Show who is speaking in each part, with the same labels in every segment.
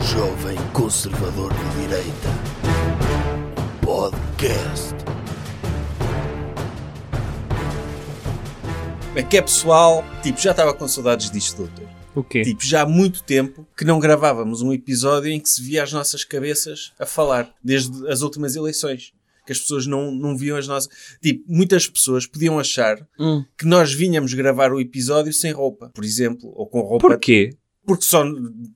Speaker 1: jovem conservador de direita. Podcast.
Speaker 2: Como é que é pessoal? Tipo, já estava com saudades disto, doutor.
Speaker 3: O quê?
Speaker 2: Tipo, já há muito tempo que não gravávamos um episódio em que se via as nossas cabeças a falar, desde as últimas eleições. Que as pessoas não, não viam as nossas. Tipo, muitas pessoas podiam achar
Speaker 3: Hum.
Speaker 2: que nós vinhamos gravar o episódio sem roupa, por exemplo, ou com roupa.
Speaker 3: Porquê?
Speaker 2: Porque só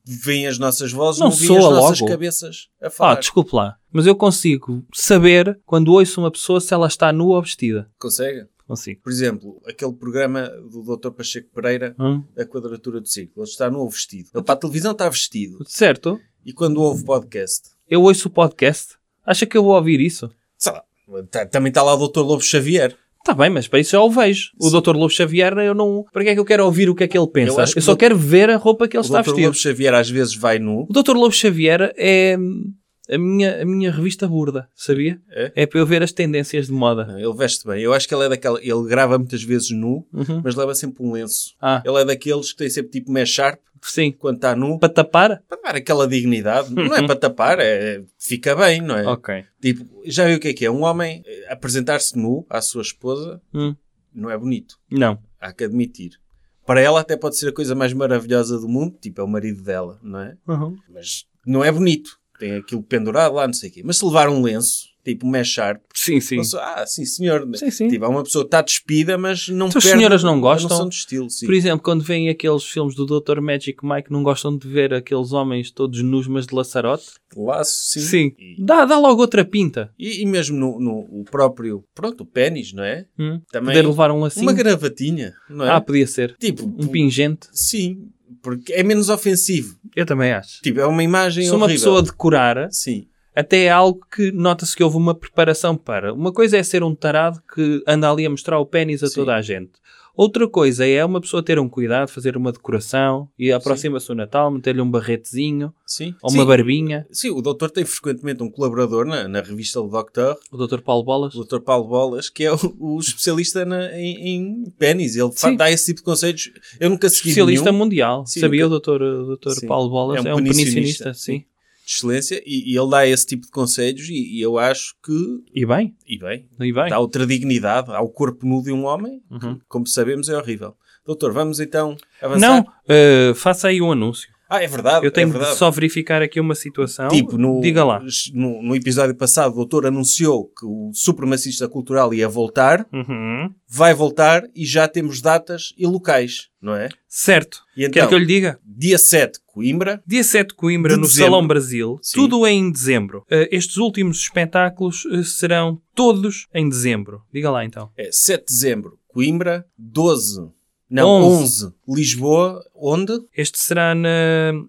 Speaker 2: veem as nossas vozes, não,
Speaker 3: Não
Speaker 2: veem as
Speaker 3: soa
Speaker 2: nossas
Speaker 3: logo.
Speaker 2: cabeças a
Speaker 3: Ah,
Speaker 2: falar.
Speaker 3: desculpe lá. Mas eu consigo saber quando ouço uma pessoa se ela está nua ou vestida.
Speaker 2: Consegue?
Speaker 3: Consigo.
Speaker 2: Por exemplo, aquele programa do Dr. Pacheco Pereira,
Speaker 3: Hum.
Speaker 2: A Quadratura do Círculo. Ele está novo vestido. Ele para a televisão está vestido.
Speaker 3: Certo?
Speaker 2: E quando houve podcast?
Speaker 3: Eu ouço o podcast. Acha que eu vou ouvir isso?
Speaker 2: Sei lá, tá- também está lá o Dr. Lobo Xavier.
Speaker 3: Está Tá bem, mas para isso já o vejo. O Dr. Lobo Xavier, eu não. Para que é que eu quero ouvir o que é que ele pensa?
Speaker 2: Eu
Speaker 3: Eu,
Speaker 2: acho que
Speaker 3: só
Speaker 2: o-
Speaker 3: quero ver a roupa que ele
Speaker 2: o
Speaker 3: está
Speaker 2: Dr.
Speaker 3: vestido.
Speaker 2: Lobo Xavier às vezes vai nu.
Speaker 3: O Dr. Lobo Xavier é hum, a minha, a minha revista burda, sabia?
Speaker 2: É?
Speaker 3: É para eu ver as tendências de moda.
Speaker 2: Ele veste bem. Eu acho que ele é daquela. Ele grava muitas vezes nu,
Speaker 3: Uhum.
Speaker 2: mas leva sempre um lenço.
Speaker 3: Ah,
Speaker 2: Ele é daqueles que tem sempre tipo mesh sharp
Speaker 3: sim.
Speaker 2: quando está nu,
Speaker 3: Para tapar?
Speaker 2: para dar aquela dignidade. Não é para tapar, é, fica bem, não é?
Speaker 3: Ok.
Speaker 2: Tipo, já viu o que é que é? Um homem eh, apresentar-se nu à sua esposa
Speaker 3: Hum.
Speaker 2: não é bonito.
Speaker 3: Não.
Speaker 2: há que admitir. Para ela até pode ser a coisa mais maravilhosa do mundo, tipo, é o marido dela, não é?
Speaker 3: Uhum.
Speaker 2: Mas não é bonito. Tem aquilo pendurado lá, não sei o quê. Mas se levar um lenço, tipo, um mesh sharp,
Speaker 3: Sim, sim.
Speaker 2: não sei- ah, sim senhor.
Speaker 3: Sim, sim.
Speaker 2: Tipo, há uma pessoa que está despida, mas não
Speaker 3: Então as
Speaker 2: perde
Speaker 3: senhoras não
Speaker 2: a
Speaker 3: gostam?
Speaker 2: noção de estilo, sim.
Speaker 3: Por exemplo, quando vêm aqueles filmes do Dr. Magic Mike, não gostam de ver aqueles homens todos nus, mas de laçarote?
Speaker 2: Laço, sim. E,
Speaker 3: Dá, dá logo outra pinta.
Speaker 2: e- e mesmo no, no- o próprio, pronto, o pênis, não é?
Speaker 3: Hum?
Speaker 2: Também
Speaker 3: Poder levar um lacinho?
Speaker 2: uma gravatinha, não é?
Speaker 3: Ah, podia ser.
Speaker 2: tipo,
Speaker 3: Um pingente?
Speaker 2: sim, porque é menos ofensivo.
Speaker 3: Eu também acho.
Speaker 2: Tipo, é uma imagem
Speaker 3: Se uma
Speaker 2: horrível.
Speaker 3: pessoa decorar,
Speaker 2: Sim.
Speaker 3: até é algo que nota-se que houve uma preparação para. Uma coisa é ser um tarado que anda ali a mostrar o pênis a
Speaker 2: Sim.
Speaker 3: toda a gente. Outra coisa é uma pessoa ter um cuidado, fazer uma decoração e aproxima-se o Natal, meter-lhe um barretezinho
Speaker 2: Sim.
Speaker 3: ou
Speaker 2: Sim.
Speaker 3: uma barbinha.
Speaker 2: Sim, o doutor tem frequentemente um colaborador na, na revista do Doctor,
Speaker 3: O Dr. Paulo Bolas.
Speaker 2: o doutor Paulo Bolas, que é o, o especialista na- em, em pênis. Ele fa-
Speaker 3: Sim.
Speaker 2: dá esse tipo de conselhos. Eu nunca segui
Speaker 3: especialista
Speaker 2: nenhum,
Speaker 3: mundial.
Speaker 2: Sim,
Speaker 3: Sabia
Speaker 2: nunca-
Speaker 3: o doutor, o doutor
Speaker 2: Sim.
Speaker 3: Paulo Bolas? É um, penicionista, sim.
Speaker 2: de excelência, e, e ele dá esse tipo de conselhos e, e eu acho que,
Speaker 3: E bem,
Speaker 2: e bem,
Speaker 3: e bem.
Speaker 2: dá outra dignidade ao corpo nu de um homem, que,
Speaker 3: Uhum.
Speaker 2: como sabemos é horrível. Doutor, vamos então avançar?
Speaker 3: Não, eh, faça aí um anúncio.
Speaker 2: Ah, é verdade,
Speaker 3: Eu tenho
Speaker 2: é verdade.
Speaker 3: de só verificar aqui uma situação.
Speaker 2: Tipo, no,
Speaker 3: Diga lá.
Speaker 2: No, no episódio passado, o doutor anunciou que o supremacista cultural ia voltar,
Speaker 3: Uhum.
Speaker 2: vai voltar e já temos datas e locais, não é?
Speaker 3: Certo.
Speaker 2: E então,
Speaker 3: Quer que eu lhe diga?
Speaker 2: dia 7, Coimbra,
Speaker 3: Dia 7 de Coimbra,
Speaker 2: De
Speaker 3: no
Speaker 2: dezembro.
Speaker 3: Salão Brasil.
Speaker 2: Sim.
Speaker 3: Tudo é em dezembro. Eh, estes últimos espetáculos eh, serão todos em dezembro. Diga lá então.
Speaker 2: é 7 de dezembro, Coimbra, 12, não, 11,
Speaker 3: Onze.
Speaker 2: Lisboa, onde?
Speaker 3: Este será na,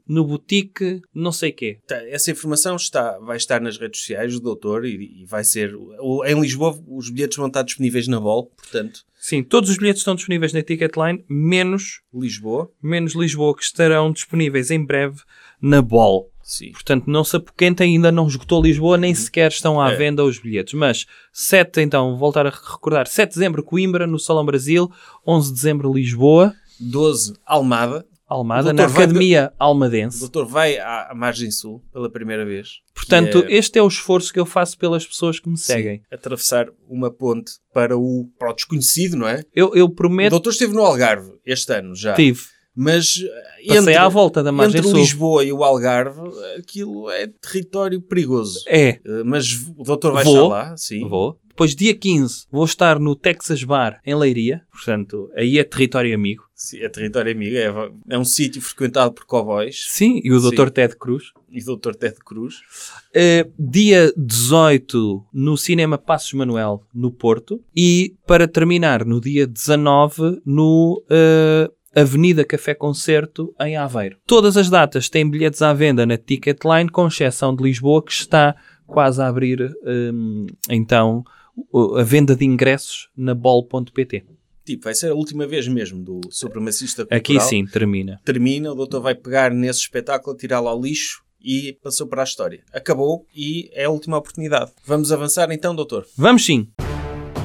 Speaker 3: no Boutique, não sei quê.
Speaker 2: Tá, Essa informação está, vai estar nas redes sociais do doutor e, e vai ser... o- Em Lisboa, os bilhetes vão estar disponíveis na Bol, portanto,
Speaker 3: Sim, todos os bilhetes estão disponíveis na Ticketline, menos
Speaker 2: Lisboa,
Speaker 3: menos Lisboa, que estarão disponíveis em breve na BOL.
Speaker 2: sim.
Speaker 3: Portanto, não se apoquenta, ainda não esgotou Lisboa, nem sequer estão à
Speaker 2: É.
Speaker 3: venda os bilhetes. Mas 7, então, voltar a recordar, 7 de dezembro Coimbra, no Salão Brasil, 11 de dezembro Lisboa,
Speaker 2: 12, Almada,
Speaker 3: Almada,
Speaker 2: Doutor,
Speaker 3: na
Speaker 2: vai-
Speaker 3: Academia
Speaker 2: o
Speaker 3: Almadense.
Speaker 2: doutor vai à, à Margem Sul pela primeira vez.
Speaker 3: Portanto,
Speaker 2: Que é-
Speaker 3: este é o esforço que eu faço pelas pessoas que me seguem.
Speaker 2: Sim, atravessar uma ponte para o, para o desconhecido, não é?
Speaker 3: Eu, eu
Speaker 2: O
Speaker 3: prometo
Speaker 2: doutor esteve no Algarve este ano já.
Speaker 3: que tive.
Speaker 2: Mas eh,
Speaker 3: Passei
Speaker 2: entre,
Speaker 3: à volta da margem
Speaker 2: entre
Speaker 3: sul.
Speaker 2: Lisboa e o Algarve, aquilo é território perigoso.
Speaker 3: É,
Speaker 2: Eh, Mas o doutor vai
Speaker 3: Vou.
Speaker 2: estar lá, sim.
Speaker 3: vou. Depois, dia 15, vou estar no Texas Bar, em Leiria. Portanto, aí é território amigo.
Speaker 2: Sim, É território amigo, é, é um sítio frequentado por cowboys
Speaker 3: Sim, e o
Speaker 2: Sim.
Speaker 3: Dr. Ted Cruz.
Speaker 2: e doutor Ted Cruz.
Speaker 3: Uh, dia 18 no Cinema Passos Manuel, no Porto. E para terminar, no dia 19 no uh, Avenida Café Concerto, em Aveiro. Todas as datas têm bilhetes à venda na Ticketline, com exceção de Lisboa, que está quase a abrir um, então o- a venda de ingressos na bol.pt.
Speaker 2: Tipo, vai ser a última vez mesmo do supremacista cultural.
Speaker 3: Aqui sim termina.
Speaker 2: termina, o doutor vai pegar nesse espetáculo, tirá-lo ao lixo e passou para a história. Acabou e é a última oportunidade. Vamos avançar então, doutor.
Speaker 3: Vamos sim!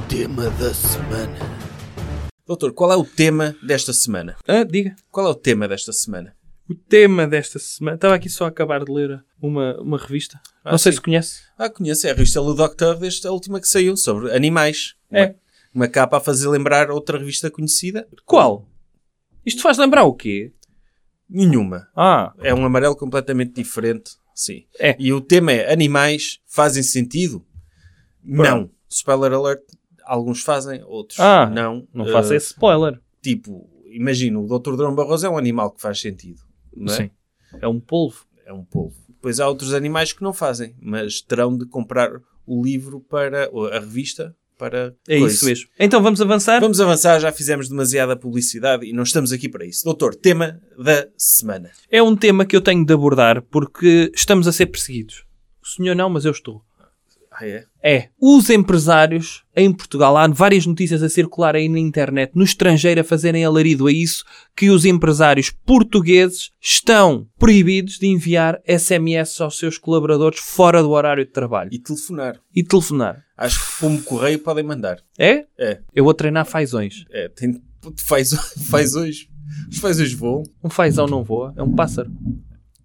Speaker 1: Tema da semana.
Speaker 2: Doutor, qual é o tema desta semana?
Speaker 3: Ah, diga.
Speaker 2: Qual é o tema desta semana?
Speaker 3: O tema desta semana. Estava aqui só a acabar de ler uma, uma revista.
Speaker 2: Ah,
Speaker 3: Não sei
Speaker 2: sim.
Speaker 3: se conhece.
Speaker 2: Ah, conheço, é a revista Lu Doctor, desde a última que saiu, sobre animais.
Speaker 3: É.
Speaker 2: Uma, uma capa a fazer lembrar outra revista conhecida.
Speaker 3: Qual? Isto faz lembrar o quê?
Speaker 2: Nenhuma.
Speaker 3: Ah,
Speaker 2: É um amarelo completamente diferente. Sim.
Speaker 3: É.
Speaker 2: E o tema é: animais fazem sentido? Não. Spoiler alert: alguns fazem, outros
Speaker 3: Ah,
Speaker 2: não.
Speaker 3: não
Speaker 2: Eh,
Speaker 3: faça esse spoiler.
Speaker 2: Tipo, imagina, o Dr. Drão Barroso é um animal que faz sentido. Não é?
Speaker 3: Sim. É um polvo.
Speaker 2: é um polvo. Depois há outros animais que não fazem, mas terão de comprar o livro para ou a revista para
Speaker 3: É
Speaker 2: coisa.
Speaker 3: isso mesmo. Então vamos avançar.
Speaker 2: Vamos avançar, já fizemos demasiada publicidade e não estamos aqui para isso. Doutor, tema da semana.
Speaker 3: É um tema que eu tenho de abordar porque estamos a ser perseguidos. O senhor não, mas eu estou.
Speaker 2: Ah, é?
Speaker 3: É, os empresários em Portugal, há várias notícias a circular aí na internet, no estrangeiro a fazerem alarido a isso, que os empresários portugueses estão proibidos de enviar SMS aos seus colaboradores fora do horário de trabalho
Speaker 2: E telefonar.
Speaker 3: e telefonar.
Speaker 2: Acho que como correio podem mandar.
Speaker 3: É?
Speaker 2: É.
Speaker 3: Eu vou treinar fazões.
Speaker 2: É, tem, faz,
Speaker 3: Hum.
Speaker 2: faz hoje. Os faz hoje voam.
Speaker 3: Um fazão não voa, é um pássaro.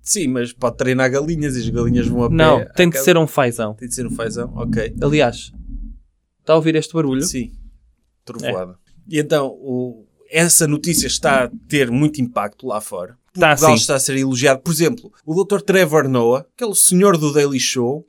Speaker 2: Sim, mas pode treinar galinhas e as galinhas vão a pé.
Speaker 3: Não, tem de
Speaker 2: Acaba-
Speaker 3: ser um fazão.
Speaker 2: Tem de ser um fazão, ok.
Speaker 3: Aliás, está a ouvir este barulho?
Speaker 2: Sim, trovoada.
Speaker 3: É.
Speaker 2: E então, o- essa notícia está a ter muito impacto lá fora.
Speaker 3: Está
Speaker 2: Portugal
Speaker 3: assim.
Speaker 2: está a ser elogiado. Por exemplo, o Dr. Trevor Noah, aquele senhor do Daily Show,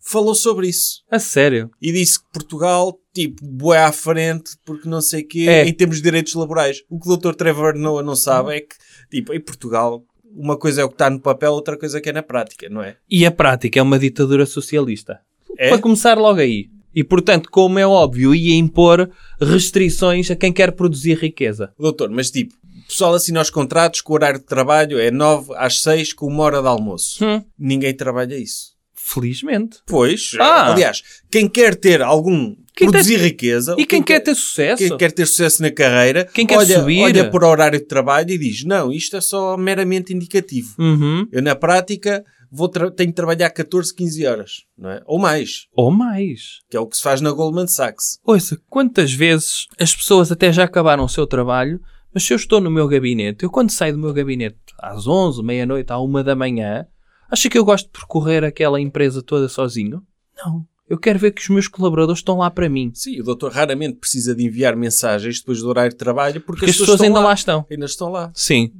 Speaker 2: falou sobre isso.
Speaker 3: A sério?
Speaker 2: E disse que Portugal, tipo, boé à frente, porque não sei quê,
Speaker 3: É.
Speaker 2: em termos de direitos laborais. O que o Dr. Trevor Noah não sabe é que, tipo, em Portugal, uma coisa é o que está no papel, outra coisa é que é na prática, não é?
Speaker 3: E a prática é uma ditadura socialista.
Speaker 2: É?
Speaker 3: Para começar logo aí. E portanto, como é óbvio, ia impor restrições a quem quer produzir riqueza.
Speaker 2: Doutor, mas tipo, o pessoal assina os contratos com o horário de trabalho é 9 às 6 com uma hora de almoço.
Speaker 3: Hum,
Speaker 2: Ninguém trabalha isso.
Speaker 3: felizmente.
Speaker 2: Pois,
Speaker 3: Ah.
Speaker 2: aliás, quem quer ter algum
Speaker 3: Quem
Speaker 2: produzir riqueza,
Speaker 3: E quem quer ter
Speaker 2: Então, quem
Speaker 3: sucesso?
Speaker 2: quer ter sucesso na carreira,
Speaker 3: Quem quer
Speaker 2: olha,
Speaker 3: subir?
Speaker 2: olha para o horário de trabalho e diz: "Não, isto é só meramente indicativo.
Speaker 3: Uhum.
Speaker 2: Eu na prática vou tra- tenho de trabalhar 14, 15 horas, não é? Ou mais,
Speaker 3: Ou mais.
Speaker 2: que é o que se faz na Goldman Sachs.
Speaker 3: Ouça, quantas vezes as pessoas até já acabaram o seu trabalho, mas se eu estou no meu gabinete, eu quando saio do meu gabinete às 11, meia-noite, à 1 da manhã, acha que eu gosto de percorrer aquela empresa toda sozinho? Não. Eu quero ver que os meus colaboradores estão lá para mim.
Speaker 2: Sim, o doutor raramente precisa de enviar mensagens depois do horário de trabalho porque,
Speaker 3: Porque as pessoas
Speaker 2: estão
Speaker 3: ainda
Speaker 2: lá.
Speaker 3: lá estão.
Speaker 2: ainda estão lá.
Speaker 3: Sim.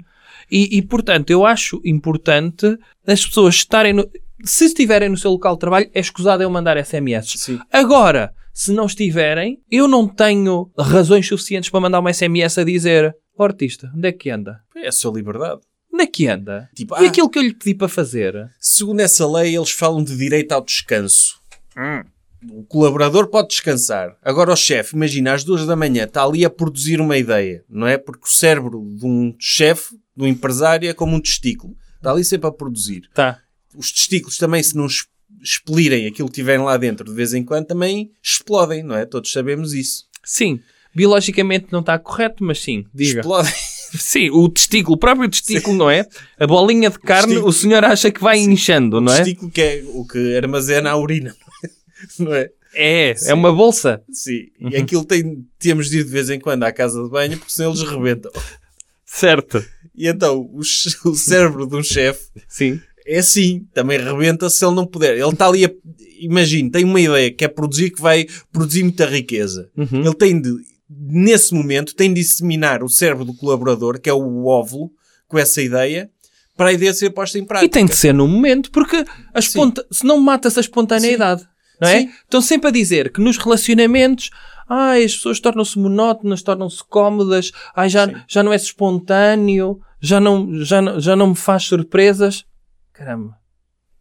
Speaker 3: E, e, portanto, eu acho importante as pessoas estarem no. Se estiverem no seu local de trabalho, é escusado eu mandar SMS.
Speaker 2: Sim.
Speaker 3: Agora, se não estiverem, eu não tenho razões suficientes para mandar uma SMS a dizer: "Ó artista, onde é que anda?
Speaker 2: É a sua liberdade.
Speaker 3: Onde é que anda?
Speaker 2: Tipo,
Speaker 3: E
Speaker 2: ah,
Speaker 3: aquilo que eu lhe pedi para fazer?
Speaker 2: segundo essa lei, eles falam de direito ao descanso. O colaborador pode descansar. Agora, o chefe, imagina, às duas da manhã, está ali a produzir uma ideia, não é? Porque o cérebro de um chefe, de um empresário, é como um testículo. Está ali sempre a produzir.
Speaker 3: Tá.
Speaker 2: Os testículos também, se não es- expelirem aquilo que tiverem lá dentro de vez em quando, também explodem, não é? Todos sabemos isso.
Speaker 3: Sim. Biologicamente não está correto, mas sim, diga.
Speaker 2: Explodem.
Speaker 3: Sim, o testículo, o próprio testículo, não é? A bolinha de carne,
Speaker 2: testículo.
Speaker 3: o senhor acha que vai inchando, não
Speaker 2: o
Speaker 3: é?
Speaker 2: testículo que é o que armazena a urina, não é?
Speaker 3: É, é uma bolsa.
Speaker 2: Sim. E
Speaker 3: Uhum.
Speaker 2: aquilo tem, temos de ir de vez em quando à casa de banho, porque senão eles rebentam.
Speaker 3: Certo.
Speaker 2: E então o, che- o cérebro de um chefe
Speaker 3: Sim.
Speaker 2: é assim, também rebenta se ele não puder. Ele está ali a. Imagina, tem uma ideia que é produzir, que vai produzir muita riqueza.
Speaker 3: Uhum.
Speaker 2: Ele tem de, nesse momento, tem de disseminar o cérebro do colaborador, que é o óvulo, com essa ideia, para a ideia ser posta em prática.
Speaker 3: E tem de ser no momento, porque a esponta... se não mata-se a espontaneidade, não é?
Speaker 2: Sim.
Speaker 3: Estão sempre a dizer que nos relacionamentos ai, as pessoas tornam-se monótonas, tornam-se cómodas, ai, já, já não é espontâneo, já não, já, não- já não me faz surpresas. Caramba.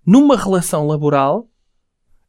Speaker 3: Numa relação laboral,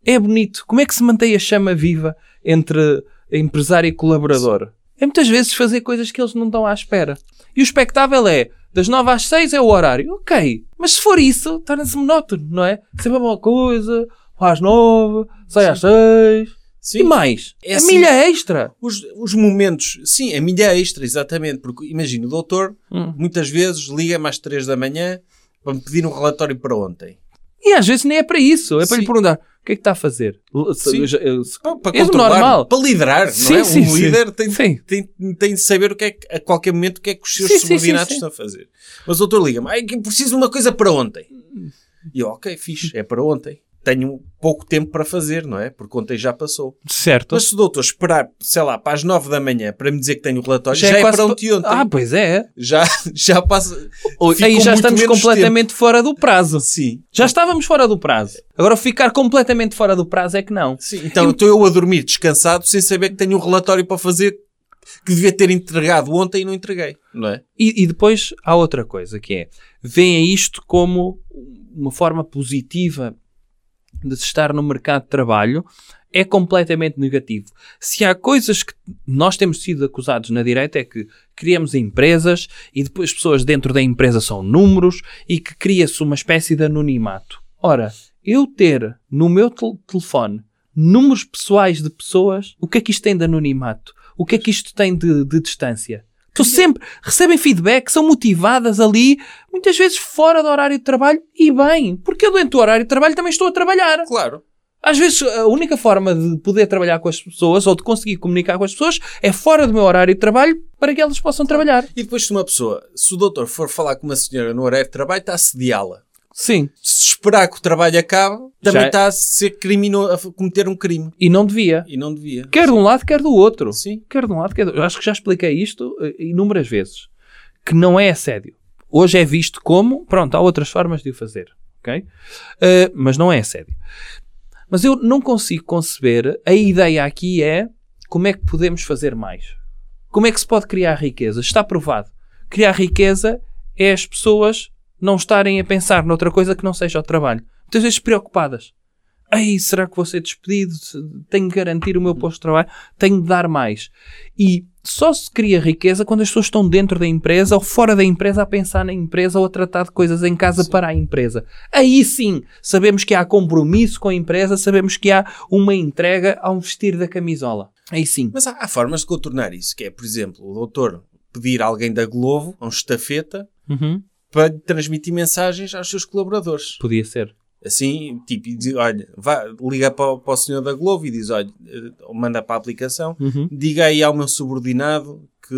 Speaker 3: é bonito. Como é que se mantém a chama viva entre empresário e colaborador? É muitas vezes fazer coisas que eles não estão à espera. E o espectável é, das 9 às 6 é o horário. Ok. Mas se for isso, torna-se monótono, não é? Sempre a mesma coisa. vai Às 9, sai às 6.
Speaker 2: Sim.
Speaker 3: E mais?
Speaker 2: É
Speaker 3: a
Speaker 2: assim.
Speaker 3: milha extra.
Speaker 2: Os, os momentos, sim, a milha extra, exatamente, porque imagina, o doutor
Speaker 3: Hum.
Speaker 2: muitas vezes liga-me às 3 da manhã para me pedir um relatório para ontem.
Speaker 3: E às vezes nem é para isso. É para
Speaker 2: Sim.
Speaker 3: lhe perguntar, O que é que está a fazer? L- se-
Speaker 2: Sim.
Speaker 3: já- eu- se-
Speaker 2: Pá, Para
Speaker 3: É
Speaker 2: controlar,
Speaker 3: normal.
Speaker 2: para liderar,
Speaker 3: Sim,
Speaker 2: não é?
Speaker 3: sim,
Speaker 2: um
Speaker 3: sim.
Speaker 2: líder tem,
Speaker 3: Sim.
Speaker 2: tem, tem de saber o que é que, a qualquer momento o que é que os seus
Speaker 3: Sim, sim,
Speaker 2: subordinados
Speaker 3: sim, sim.
Speaker 2: estão a fazer. Mas o doutor liga-me, "Ai, que preciso de uma coisa para ontem. E eu, ok, fixe, é para ontem. Tenho pouco tempo para fazer, não é? Porque ontem já passou.
Speaker 3: Certo.
Speaker 2: Mas se o doutor esperar, sei lá, para as 9 da manhã para me dizer que tenho o relatório, já, é
Speaker 3: quase
Speaker 2: para
Speaker 3: pa-
Speaker 2: ontem ontem.
Speaker 3: Ah, pois é.
Speaker 2: Já, já passa. ficou
Speaker 3: Aí já
Speaker 2: muito
Speaker 3: estamos
Speaker 2: menos
Speaker 3: completamente fora do prazo.
Speaker 2: tempo. Sim.
Speaker 3: Já estávamos fora do prazo. Agora ficar completamente fora do prazo é que não.
Speaker 2: Sim, então estou eu a dormir descansado sem saber que tenho um relatório para fazer que devia ter entregado ontem e não entreguei, não é?
Speaker 3: E, e depois há outra coisa que é, veem isto como uma forma positiva de se estar no mercado de trabalho, é completamente negativo. Se há coisas que nós temos sido acusados na direita é que criamos empresas e depois as pessoas dentro da empresa são números e que cria-se uma espécie de anonimato. Ora, eu ter no meu tel- telefone números pessoais de pessoas, o que é que isto tem de anonimato? O que é que isto tem de, de distância? Tu sempre recebem feedback, são motivadas ali, muitas vezes fora do horário de trabalho e bem, porque eu dentro do horário de trabalho também estou a trabalhar.
Speaker 2: Claro.
Speaker 3: Às vezes a única forma de poder trabalhar com as pessoas ou de conseguir comunicar com as pessoas é fora do meu horário de trabalho para que elas possam trabalhar.
Speaker 2: E depois, se uma pessoa, se o doutor for falar com uma senhora no horário de trabalho, está a sediá-la.
Speaker 3: Sim.
Speaker 2: Se esperar que o trabalho acabe, também
Speaker 3: Já é-
Speaker 2: está a ser crimino, a cometer um crime.
Speaker 3: E não devia.
Speaker 2: E não devia.
Speaker 3: Quer de um lado, quer do outro.
Speaker 2: Sim.
Speaker 3: Quer de um lado, quer do outro. Eu Acho que já expliquei isto eh, inúmeras vezes. Que não é assédio. Hoje é visto como, pronto, há outras formas de o fazer. Ok? Eh, mas não é assédio. Mas eu não consigo conceber, a ideia aqui é como é que podemos fazer mais. Como é que se pode criar riqueza? Está provado. Criar riqueza é as pessoas não estarem a pensar noutra coisa que não seja o trabalho. Muitas vezes preocupadas. Ei, será que vou ser despedido? Tenho que garantir o meu posto de trabalho? Tenho de dar mais. E só se cria riqueza quando as pessoas estão dentro da empresa ou fora da empresa a pensar na empresa ou a tratar de coisas em casa para a empresa. Aí sim, sabemos que há compromisso com a empresa, sabemos que há uma entrega a um vestir da camisola. Aí sim.
Speaker 2: Mas há, há formas de contornar isso, que é, por exemplo, o doutor pedir a alguém da Globo, a um estafeta,
Speaker 3: Uhum.
Speaker 2: para lhe transmitir mensagens aos seus colaboradores.
Speaker 3: Podia ser.
Speaker 2: Assim, tipo, e diz, olha, vá, liga para, o- para o senhor da Globo e diz, olha, eh, ou manda para a aplicação,
Speaker 3: Uhum.
Speaker 2: diga aí ao meu subordinado que,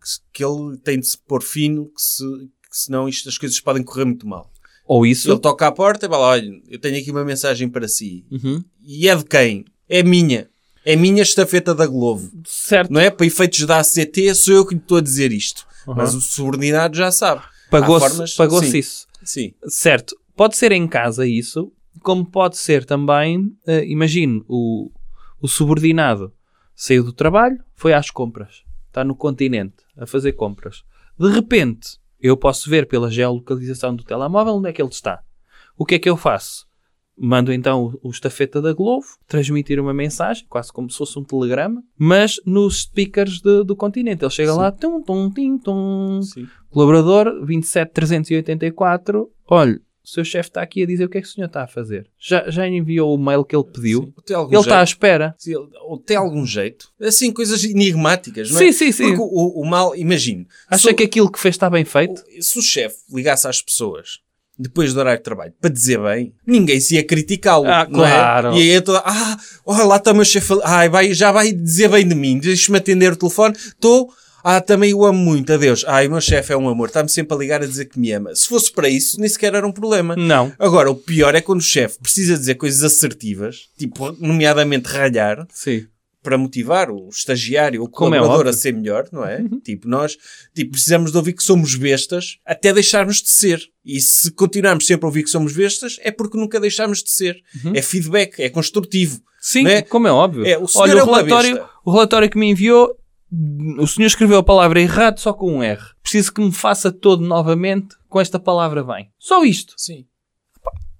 Speaker 2: que, se- que ele tem de se pôr fino, que, se, que senão isto, as coisas podem correr muito mal.
Speaker 3: Ou
Speaker 2: Se ele
Speaker 3: isso.
Speaker 2: toca à porta e fala, olha, eu tenho aqui uma mensagem para si.
Speaker 3: Uhum.
Speaker 2: E é de quem? É minha. É minha estafeta da Globo.
Speaker 3: Certo.
Speaker 2: Não é? Para efeitos da ACT, sou eu que lhe estou a dizer isto.
Speaker 3: Uhum.
Speaker 2: Mas o subordinado já sabe. Há formas-
Speaker 3: Pagou-se pagou-se
Speaker 2: sim.
Speaker 3: isso.
Speaker 2: Sim.
Speaker 3: Certo. Pode ser em casa isso, como pode ser também, eh, imagino, o, o subordinado saiu do trabalho, foi às compras, está no continente a fazer compras. De repente, eu posso ver pela geolocalização do telemóvel onde é que ele está. O que é que eu faço? Mando então o, o estafeta da Globo transmitir uma mensagem, quase como se fosse um telegrama, mas nos speakers de- do continente. Ele chega lá, tum, tum, tim, tum,
Speaker 2: Sim.
Speaker 3: Colaborador 27384, olha, o seu chefe está aqui a dizer o que é que o senhor está a fazer. Já, já enviou o mail que ele pediu?
Speaker 2: Sim. Tem algum
Speaker 3: Ele está à
Speaker 2: jeito?
Speaker 3: espera.
Speaker 2: Se ele- Ou tem algum jeito? Assim, coisas enigmáticas, não é?
Speaker 3: Sim, sim, sim.
Speaker 2: Porque o, o mal, imagino.
Speaker 3: Acha
Speaker 2: se-
Speaker 3: que aquilo que fez está bem feito?
Speaker 2: O- se o chefe ligasse às pessoas depois do horário de trabalho para dizer bem, ninguém se ia criticá-lo.
Speaker 3: Ah,
Speaker 2: não é?
Speaker 3: claro.
Speaker 2: E aí é toda, ah, olha lá está o meu chefe, a- ai, vai, já vai dizer bem de mim, deixa-me atender o telefone, estou. Ah, também o amo muito, adeus. Ai, o meu chefe é um amor, está-me sempre a ligar a dizer que me ama. Se fosse para isso, nem sequer era um problema.
Speaker 3: Não.
Speaker 2: Agora, o pior é quando o chefe precisa dizer coisas assertivas, tipo, nomeadamente ralhar,
Speaker 3: Sim.
Speaker 2: para motivar o estagiário, o
Speaker 3: Como é
Speaker 2: colaborador a
Speaker 3: óbvio. Uhum.
Speaker 2: ser melhor, não é? Tipo, nós tipo, precisamos de ouvir que somos bestas até deixarmos de ser. E se continuarmos sempre a ouvir que somos bestas, é porque nunca deixámos de ser.
Speaker 3: Uhum.
Speaker 2: É feedback, é construtivo.
Speaker 3: Sim,
Speaker 2: Né?
Speaker 3: como é óbvio.
Speaker 2: É, o senhor
Speaker 3: olha,
Speaker 2: é
Speaker 3: o,
Speaker 2: uma
Speaker 3: relatório,
Speaker 2: besta.
Speaker 3: o relatório que me enviou, o senhor escreveu a palavra errado só com um R. Preciso que me faça todo novamente com esta palavra bem. Só isto.
Speaker 2: Sim.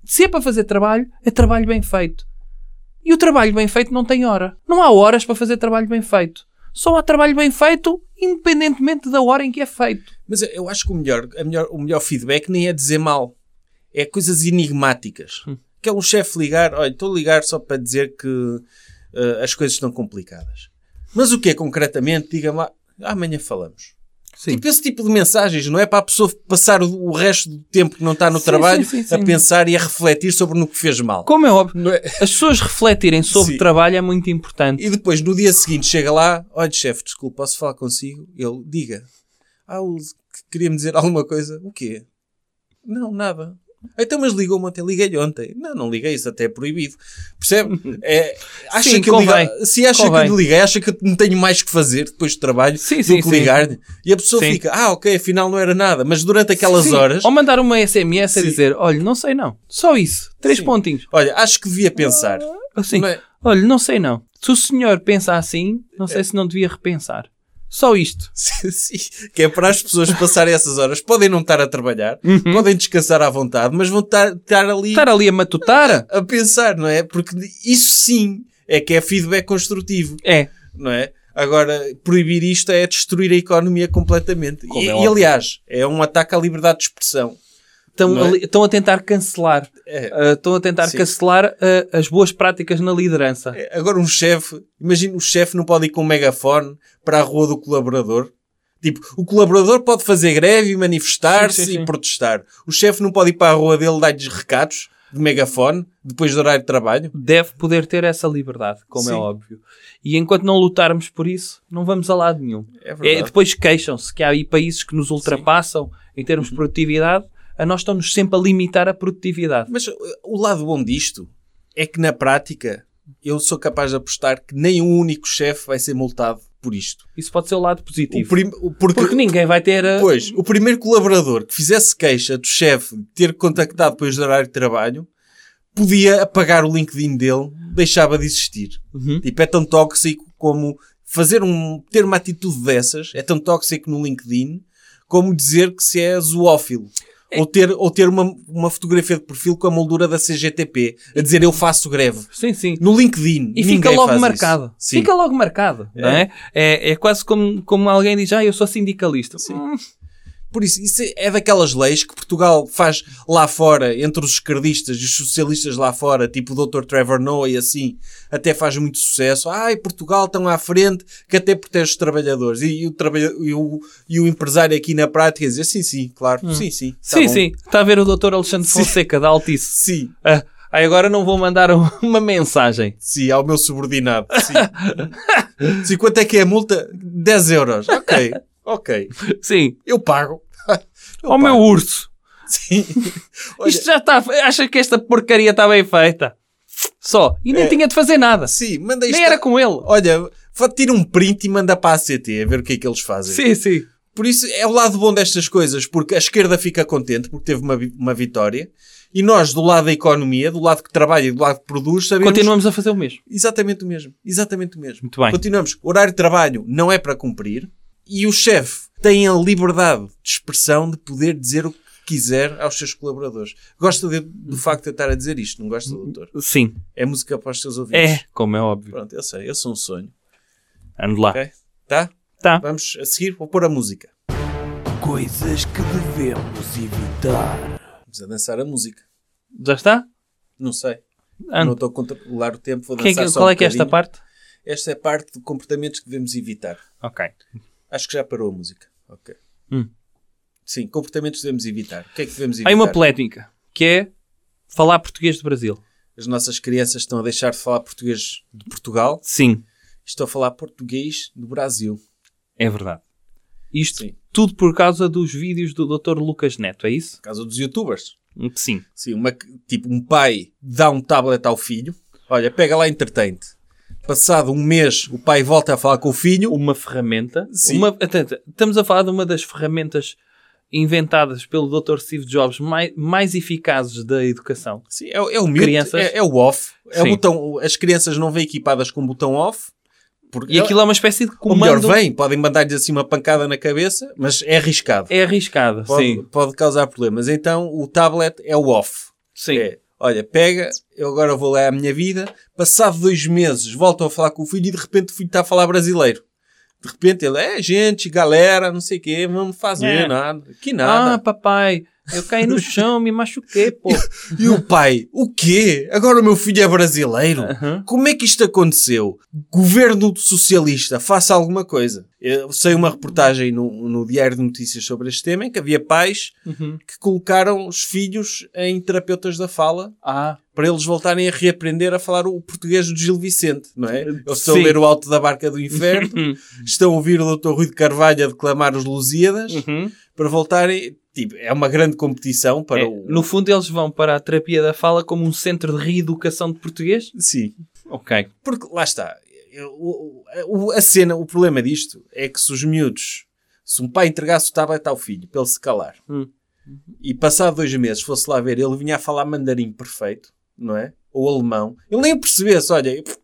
Speaker 3: Se é para fazer trabalho, é trabalho bem feito. E o trabalho bem feito não tem hora. Não há horas para fazer trabalho bem feito. Só há trabalho bem feito independentemente da hora em que é feito.
Speaker 2: Mas eu- eu acho que o melhor, a melhor, o melhor feedback nem é dizer mal. É coisas enigmáticas.
Speaker 3: Hum.
Speaker 2: Que é um chefe ligar, olha, estou a ligar só para dizer que eh, as coisas estão complicadas. Mas o que é concretamente? Diga-me lá, "Ah, amanhã falamos.
Speaker 3: Sim.
Speaker 2: Tipo esse tipo de mensagens, não é? Para a pessoa passar o, o resto do tempo que não está no
Speaker 3: Sim,
Speaker 2: trabalho
Speaker 3: sim, sim,
Speaker 2: a
Speaker 3: sim.
Speaker 2: pensar e a refletir sobre no que fez mal.
Speaker 3: Como é óbvio,
Speaker 2: Não é?
Speaker 3: as pessoas refletirem sobre
Speaker 2: Sim.
Speaker 3: trabalho é muito importante.
Speaker 2: E depois, no dia seguinte, chega lá, olha, chefe, desculpe, posso falar consigo? Ele, diga. Ah, o- que- queria-me dizer alguma coisa. O quê? Não, nada. Então, mas ligou-me ontem. Liguei-lhe ontem. Não, não liguei, isso até é proibido. Percebe? É, acha
Speaker 3: Sim,
Speaker 2: que eu
Speaker 3: convém.
Speaker 2: liga- se acha
Speaker 3: Convém.
Speaker 2: que eu liguei, acha que eu não tenho mais que fazer depois do trabalho
Speaker 3: Sim,
Speaker 2: do
Speaker 3: sim,
Speaker 2: que
Speaker 3: sim.
Speaker 2: ligar-lhe. E a pessoa
Speaker 3: Sim.
Speaker 2: fica, ah, ok, afinal não era nada. Mas durante aquelas
Speaker 3: Sim.
Speaker 2: horas...
Speaker 3: Ou mandar uma SMS a
Speaker 2: Sim.
Speaker 3: dizer: olha, não sei não. Só isso. Três
Speaker 2: Sim.
Speaker 3: pontinhos.
Speaker 2: Olha, acho que devia pensar.
Speaker 3: Assim,
Speaker 2: Não é?
Speaker 3: olha, não sei não. Se o senhor pensa assim, não sei se não devia repensar. Só isto.
Speaker 2: Sim, sim. que é para as pessoas passarem essas horas. Podem não estar a trabalhar,
Speaker 3: Uhum.
Speaker 2: podem descansar à vontade, mas vão estar, estar ali
Speaker 3: Estar ali a matutar
Speaker 2: a pensar, não é? Porque isso sim é que é feedback construtivo,
Speaker 3: é.
Speaker 2: não é? Agora, proibir isto é destruir a economia completamente.
Speaker 3: Como
Speaker 2: E,
Speaker 3: é
Speaker 2: e,
Speaker 3: óbvio.
Speaker 2: aliás, é um ataque à liberdade de expressão.
Speaker 3: Estão,
Speaker 2: Não é?
Speaker 3: ali- estão a tentar cancelar.
Speaker 2: É.
Speaker 3: Ah, estão a tentar
Speaker 2: Sim.
Speaker 3: cancelar ah, as boas práticas na liderança.
Speaker 2: É, Agora um chefe, imagina, o chefe não pode ir com um megafone para a rua do colaborador. Tipo, o colaborador pode fazer greve e
Speaker 3: Sim, sim,
Speaker 2: manifestar-se
Speaker 3: sim.
Speaker 2: e protestar. O chefe não pode ir para a rua dele dar-lhes recados de megafone depois do horário de trabalho.
Speaker 3: Deve poder ter essa liberdade, como é
Speaker 2: Sim.
Speaker 3: óbvio. E enquanto não lutarmos por isso, não vamos a lado nenhum.
Speaker 2: É
Speaker 3: É,
Speaker 2: verdade.
Speaker 3: depois queixam-se que há aí países que nos ultrapassam em termos
Speaker 2: Uhum.
Speaker 3: de produtividade. A nós estamos sempre a limitar a produtividade.
Speaker 2: Mas uh, o lado bom disto é que na prática eu sou capaz de apostar que nem um único chefe vai ser multado por isto.
Speaker 3: Isso pode ser o lado
Speaker 2: O
Speaker 3: positivo.
Speaker 2: prim- o- porque,
Speaker 3: Porque ninguém vai ter eh, a...
Speaker 2: Pois, o primeiro colaborador que fizesse queixa do chefe de ter contactado depois do horário de trabalho podia apagar o LinkedIn dele, deixava de existir.
Speaker 3: Uhum.
Speaker 2: Tipo, é tão tóxico como fazer um, ter uma atitude dessas, é tão tóxico no LinkedIn como dizer que se é zoófilo.
Speaker 3: É.
Speaker 2: Ou ter, ou ter uma, uma fotografia de perfil com a moldura da CGTP, a dizer eu faço greve.
Speaker 3: Sim, sim.
Speaker 2: No LinkedIn.
Speaker 3: E fica
Speaker 2: ninguém
Speaker 3: logo
Speaker 2: faz
Speaker 3: marcado.
Speaker 2: isso. Sim.
Speaker 3: Fica logo marcado, não é? É, é quase como, como alguém diz, ah, eu sou sindicalista. Hum,
Speaker 2: Tá Por isso, isso é daquelas leis que Portugal faz lá fora, entre os esquerdistas e os socialistas lá fora, tipo o Dr. Trevor Noah e assim, até faz muito sucesso. Ai, Portugal tão à frente que até protege os trabalhadores. E, e o, trabalha- e o- e o empresário aqui na prática dizer sim, sim, claro, sim, sim. tá
Speaker 3: Hum. sim,
Speaker 2: bom.
Speaker 3: sim. Está a ver o doutor Alexandre Fonseca, da Altice.
Speaker 2: Sim,
Speaker 3: Ah, ah, agora não vou mandar um- uma mensagem.
Speaker 2: sim, ao meu subordinado. Sim. sim, quanto é que é a multa? 10 euros. Ok, ok.
Speaker 3: Sim.
Speaker 2: Eu pago. Eu
Speaker 3: Ó
Speaker 2: pago.
Speaker 3: Oh, meu urso.
Speaker 2: Sim. Olha,
Speaker 3: Isto já está... Acha que esta porcaria está bem feita? Só. E nem
Speaker 2: É.
Speaker 3: tinha de fazer nada.
Speaker 2: sim, manda isto.
Speaker 3: Nem era com ele.
Speaker 2: Olha, fa- tira um print e manda para a CT a ver o que é que eles fazem.
Speaker 3: Sim, sim.
Speaker 2: Por isso é o lado bom destas coisas, porque a esquerda fica contente porque teve uma, vi- uma vitória e nós, do lado da economia, do lado que trabalha e do lado que produz, sabemos
Speaker 3: Continuamos a fazer o mesmo.
Speaker 2: exatamente o mesmo. Exatamente o mesmo.
Speaker 3: Muito bem.
Speaker 2: Continuamos. O horário de trabalho não é para cumprir e o chefe tem a liberdade de expressão de poder dizer o que quiser aos seus colaboradores. Gosta de- do facto de eu estar a dizer isto, não gosta, doutor?
Speaker 3: Sim.
Speaker 2: É música para os seus ouvidos.
Speaker 3: Hum. É, como é óbvio.
Speaker 2: Pronto, eu sei, eu sou um sonho.
Speaker 3: Ando lá.
Speaker 2: Ok? Tá?
Speaker 3: Tá.
Speaker 2: Vamos a seguir, vou pôr a música.
Speaker 1: Coisas que devemos evitar.
Speaker 2: Vamos a dançar a música.
Speaker 3: Já está?
Speaker 2: Não sei. Não
Speaker 3: Ando.
Speaker 2: estou a controlar o tempo, vou
Speaker 3: Quem é
Speaker 2: dançar
Speaker 3: que-
Speaker 2: só
Speaker 3: qual
Speaker 2: um
Speaker 3: é que é esta
Speaker 2: bocadinho.
Speaker 3: parte?
Speaker 2: Esta é a parte de comportamentos que devemos evitar.
Speaker 3: Ok.
Speaker 2: Acho que já parou a música. Ok.
Speaker 3: Hum.
Speaker 2: Sim, comportamentos que devemos evitar. O que é que devemos evitar?
Speaker 3: Há uma polémica, que é falar português do Brasil.
Speaker 2: As nossas crianças estão a deixar de falar português de Portugal
Speaker 3: Sim,
Speaker 2: e estão a falar português do Brasil.
Speaker 3: é verdade. Isto
Speaker 2: Sim.
Speaker 3: tudo por causa dos vídeos do Dr. Lucas Neto, é isso?
Speaker 2: Por causa dos youtubers.
Speaker 3: Sim.
Speaker 2: Sim, uma, tipo, um pai dá um tablet ao filho. Olha, pega lá, entretém-te. Passado um mês, o pai volta a falar com o filho.
Speaker 3: Uma ferramenta.
Speaker 2: Sim.
Speaker 3: uma- atenta, estamos a falar de uma das ferramentas inventadas pelo Dr. Steve Jobs mai- mais, eficazes da educação.
Speaker 2: Sim, é, é o mute,
Speaker 3: Crianças.
Speaker 2: É, é o off. É o
Speaker 3: Sim.
Speaker 2: botão, as crianças não vêm equipadas com o botão off. Porque
Speaker 3: E aquilo é uma espécie de
Speaker 2: ou melhor,
Speaker 3: comando.
Speaker 2: vêm, podem mandar-lhes assim uma pancada na cabeça, mas é arriscado.
Speaker 3: É arriscada.
Speaker 2: pode,
Speaker 3: Sim.
Speaker 2: pode causar problemas. Então o tablet é o off.
Speaker 3: Sim.
Speaker 2: É, olha, pega, eu agora vou lá à minha vida. Passado dois meses, voltam a falar com o filho e de repente o filho está a falar brasileiro. De repente ele, é gente, galera, não sei o quê, vamos fazer,
Speaker 3: É.
Speaker 2: nada. Que
Speaker 3: Ah,
Speaker 2: nada.
Speaker 3: papai, Eu caí no chão, me machuquei, pô.
Speaker 2: E o pai, o quê? Agora o meu filho é brasileiro?
Speaker 3: Aham.
Speaker 2: Como é que isto aconteceu? Governo socialista, faça alguma coisa. Eu sei uma reportagem no, no Diário de Notícias sobre este tema em que havia pais
Speaker 3: Uhum.
Speaker 2: que colocaram os filhos em terapeutas da fala
Speaker 3: Ah,
Speaker 2: para eles voltarem a reaprender a falar o português do Gil Vicente, não é? Eles estão
Speaker 3: Sim.
Speaker 2: a ler o Alto da Barca do Inferno, estão a ouvir o Dr. Rui de Carvalho a declamar os Lusíadas
Speaker 3: uhum.
Speaker 2: para voltarem. Tipo, é uma grande competição para
Speaker 3: É,
Speaker 2: o.
Speaker 3: No fundo, eles vão para a terapia da fala como um centro de reeducação de português?
Speaker 2: Sim.
Speaker 3: Ok.
Speaker 2: Porque lá está. Eu- o- o- a cena, o problema disto é que se os miúdos, se um pai entregasse o tablet ao filho para ele se calar
Speaker 3: Hum.
Speaker 2: e passado dois meses fosse lá ver, ele vinha a falar mandarim perfeito, não é? Ou alemão, ele nem percebesse, olha, eu, pff,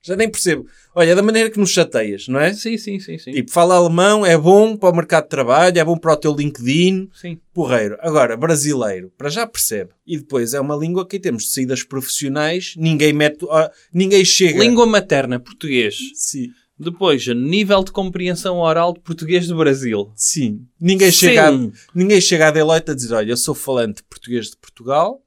Speaker 2: já nem percebo. Olha, da maneira que nos chateias, não é?
Speaker 3: Sim, sim, sim, sim.
Speaker 2: Tipo, fala alemão, é bom para o mercado de trabalho, é bom para o teu LinkedIn,
Speaker 3: Sim.
Speaker 2: porreiro. Agora, brasileiro, para já percebe. E depois é uma língua que em termos de saídas profissionais, ninguém mete, ah, ninguém chega.
Speaker 3: Língua materna, português.
Speaker 2: Sim.
Speaker 3: Depois, nível de compreensão oral de português do Brasil.
Speaker 2: Sim. Ninguém
Speaker 3: Sim.
Speaker 2: chega, a, ninguém chega à Deloitte a dizer: Olha, eu sou falante de português de Portugal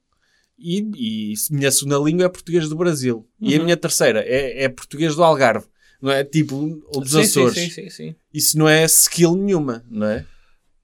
Speaker 2: e, e se minha segunda língua é português do Brasil. E a
Speaker 3: Uhum.
Speaker 2: minha terceira é, é português do Algarve. Não é? Tipo, ou dos
Speaker 3: Sim, sim,
Speaker 2: Açores.
Speaker 3: Sim, sim, sim.
Speaker 2: Isso não é skill nenhuma, não é?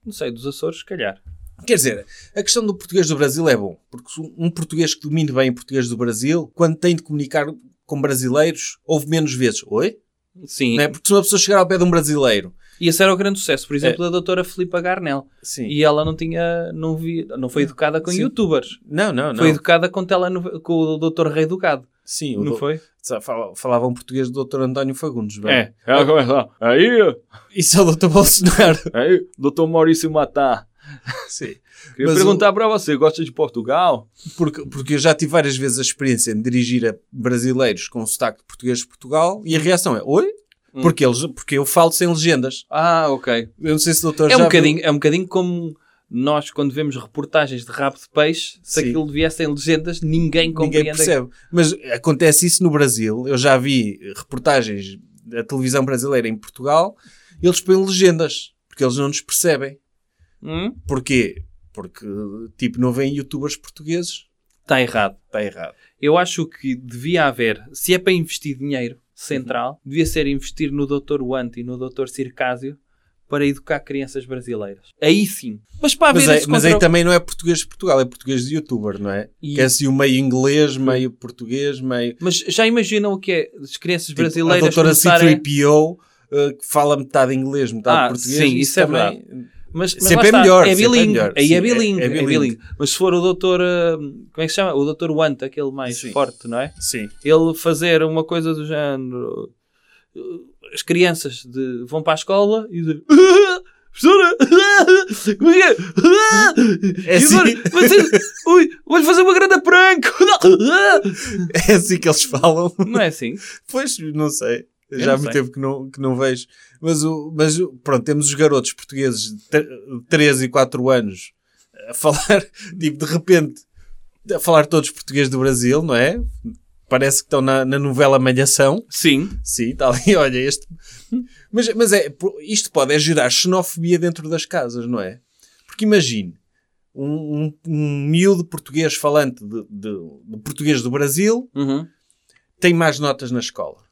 Speaker 3: Não sei, dos Açores, se calhar.
Speaker 2: Quer dizer, a questão do português do Brasil é bom, porque se um português que domine bem o português do Brasil, quando tem de comunicar com brasileiros, ouve menos vezes. Oi?
Speaker 3: Sim.
Speaker 2: Não é? Porque se uma pessoa chegar ao pé de um brasileiro.
Speaker 3: E esse era Né? o grande sucesso, por exemplo, da doutora Filipa Garnel.
Speaker 2: Sim.
Speaker 3: E ela não tinha, não vi, não foi educada com
Speaker 2: Sim.
Speaker 3: youtubers.
Speaker 2: Não, não, não.
Speaker 3: Foi educada com, teleno- com o doutor Rei do Gado.
Speaker 2: Sim, o
Speaker 3: Não
Speaker 2: do-
Speaker 3: foi? É.
Speaker 2: Sa- fala- Falava um português do Dr. António Fagundes, bem.
Speaker 3: Ela começou. Aí,
Speaker 2: Isso é o Dr. Bolsonaro.
Speaker 3: aí, doutor Maurício Matar.
Speaker 2: Sim.
Speaker 3: Queria
Speaker 2: Mas
Speaker 3: perguntar para você, gosta de Portugal?
Speaker 2: Porque, porque eu já tive várias vezes a experiência de dirigir a brasileiros com sotaque de português de Portugal e a reação é: Oi?
Speaker 3: Hum.
Speaker 2: Porque, eles, porque eu falo sem legendas.
Speaker 3: Ah, ok.
Speaker 2: Eu não sei se o doutor
Speaker 3: É um,
Speaker 2: já.
Speaker 3: bocadinho, é um bocadinho como nós, quando vemos reportagens de rabo de peixe, se
Speaker 2: Sim.
Speaker 3: aquilo viesse em legendas, ninguém
Speaker 2: viu, ninguém
Speaker 3: compreende.
Speaker 2: percebe. Mas acontece isso no Brasil. Eu já vi reportagens da televisão brasileira em Portugal e eles põem legendas porque eles não nos percebem.
Speaker 3: Hum?
Speaker 2: Porquê? Porque, tipo, não vêm youtubers portugueses.
Speaker 3: Está Tá errado.
Speaker 2: Está errado.
Speaker 3: Eu acho que devia haver, se é para investir dinheiro central, devia ser investir no Dr. Wanti e no Dr. Circásio para educar crianças brasileiras. Aí sim. Mas para haver
Speaker 2: Mas, aí,
Speaker 3: esse
Speaker 2: mas aí
Speaker 3: controle-
Speaker 2: também não é português de Portugal, é português de youtuber, não é?
Speaker 3: E-
Speaker 2: Que é assim o meio inglês, meio português, meio.
Speaker 3: Mas já imaginam o que é as crianças
Speaker 2: Tipo,
Speaker 3: brasileiras
Speaker 2: a doutora
Speaker 3: começarem...
Speaker 2: C3PO uh, que fala metade inglês, metade
Speaker 3: é- Ah,
Speaker 2: português.
Speaker 3: sim, isso é Mas, mas
Speaker 2: Sempre
Speaker 3: lá
Speaker 2: é
Speaker 3: está,
Speaker 2: melhor,
Speaker 3: É
Speaker 2: sempre é
Speaker 3: bilingue.
Speaker 2: melhor.
Speaker 3: Aí
Speaker 2: Sim,
Speaker 3: é
Speaker 2: é-
Speaker 3: bilingue.
Speaker 2: é
Speaker 3: É,
Speaker 2: bilingue.
Speaker 3: bilingue. Mas se for o doutor... Como é que se chama? O doutor Wanti, aquele mais
Speaker 2: Sim.
Speaker 3: forte, não é?
Speaker 2: Sim.
Speaker 3: ele fazer uma coisa do género. eh, As crianças de- vão para a escola e dizem. "Ah, Professora! ah, Como é que é? Ah,
Speaker 2: É
Speaker 3: e agora,
Speaker 2: assim.
Speaker 3: você- ui, vou-lhe fazer uma grande pranca!
Speaker 2: É assim que eles falam.
Speaker 3: Não é assim?
Speaker 2: Pois, não sei.
Speaker 3: Eu
Speaker 2: Já
Speaker 3: não
Speaker 2: há muito
Speaker 3: sei.
Speaker 2: tempo que não, que não vejo. Mas, o, mas o- pronto, temos os garotos portugueses de tre- de 3 e 4 anos a falar, tipo, de repente, a falar todos português do Brasil, não é? Parece que estão na, na novela Malhação.
Speaker 3: Sim.
Speaker 2: Sim, está ali, olha, este. Mas, mas é, pô, isto pode é gerar xenofobia dentro das casas, não é? Porque imagine um, um, um miúdo português falante de, de- de português do Brasil
Speaker 3: Uhum.
Speaker 2: tem mais notas na escola.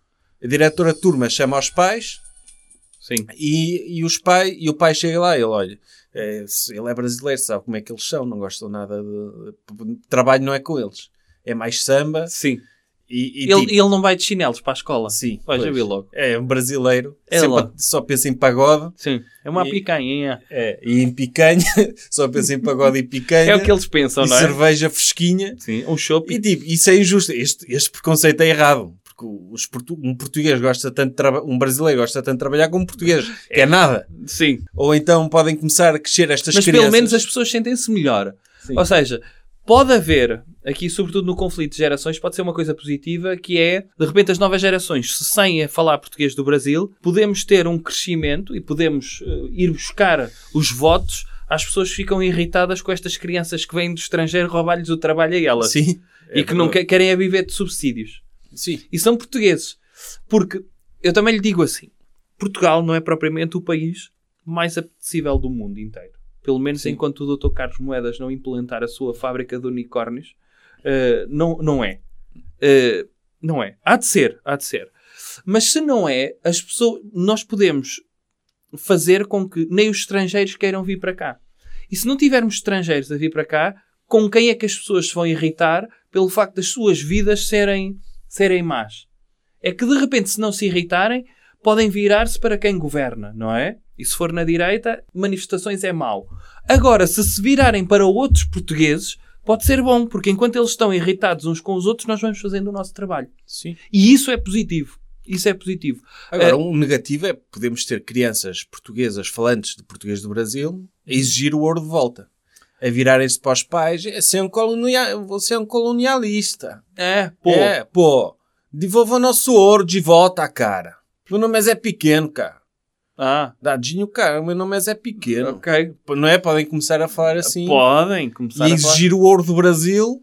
Speaker 2: A diretora de turma chama os pais
Speaker 3: Sim.
Speaker 2: e, e, os pai, e o pai chega lá e ele, olha, é, se- ele é brasileiro, sabe como é que eles são, não gostam nada de. Trabalho não é com eles. É mais samba
Speaker 3: Sim.
Speaker 2: e. e
Speaker 3: Ele,
Speaker 2: tipo,
Speaker 3: ele não vai de chinelos para a escola.
Speaker 2: Sim,
Speaker 3: Vai, já
Speaker 2: pois.
Speaker 3: vi logo.
Speaker 2: é um brasileiro,
Speaker 3: É
Speaker 2: sempre
Speaker 3: lá.
Speaker 2: só pensa em pagode.
Speaker 3: Sim. É uma
Speaker 2: E-
Speaker 3: picanha.
Speaker 2: É, e em picanha, só penso em pagode e picanha,
Speaker 3: É o que eles pensam,
Speaker 2: e
Speaker 3: não é?
Speaker 2: cerveja fresquinha.
Speaker 3: Sim. Um chope.
Speaker 2: E tipo, isso é injusto, este, este preconceito é errado. Porque os portu- um português gosta tanto de traba- um brasileiro gosta tanto de trabalhar como um português, que é nada.
Speaker 3: Sim.
Speaker 2: Ou então podem começar a crescer estas
Speaker 3: mas
Speaker 2: crianças.
Speaker 3: pelo menos as pessoas sentem-se melhor.
Speaker 2: Sim.
Speaker 3: Ou seja, pode haver, aqui sobretudo no conflito de gerações, pode ser uma coisa positiva, que é, de repente as novas gerações, se sem a falar português do Brasil, podemos ter um crescimento e podemos eh, ir buscar os votos às pessoas que ficam irritadas com estas crianças que vêm do estrangeiro roubar-lhes o trabalho a elas.
Speaker 2: Sim,
Speaker 3: e
Speaker 2: é
Speaker 3: que não
Speaker 2: verdade.
Speaker 3: que- querem é viver de subsídios
Speaker 2: Sim,
Speaker 3: e são portugueses. Porque eu também lhe digo assim: Portugal não é propriamente o país mais apetecível do mundo inteiro. pelo menos enquanto o Dr. Carlos Moedas não implementar a sua fábrica de unicórnios, eh, não, não é. Eh, não é. Há de ser, há de ser. Mas se não é, as pessoas, nós podemos fazer com que nem os estrangeiros queiram vir para cá. E se não tivermos estrangeiros a vir para cá, com quem é que as pessoas se vão irritar pelo facto das suas vidas serem, serem más? É que de repente, se não se irritarem, podem virar-se para quem governa, não é? E se for na direita, manifestações é mau. Agora, se se virarem para outros portugueses, pode ser bom, porque enquanto eles estão irritados uns com os outros, nós vamos fazendo o nosso trabalho.
Speaker 2: Sim.
Speaker 3: E isso é positivo. Isso é positivo.
Speaker 2: Agora, um negativo é podemos ter crianças portuguesas falantes de português do Brasil a exigir o ouro de volta. A virarem-se para os pais. "É, Você é um, colonia... você é um colonialista.
Speaker 3: É, pô.
Speaker 2: É, pô. Devolva o nosso ouro de volta, cara. Meu nome é Zé Pequeno, cara.
Speaker 3: Ah,
Speaker 2: Dadinho, cara, meu nome é Zé Pequeno.
Speaker 3: ok.
Speaker 2: Não é? Podem começar a falar assim.
Speaker 3: Podem começar
Speaker 2: e
Speaker 3: a falar.
Speaker 2: exigir o ouro do Brasil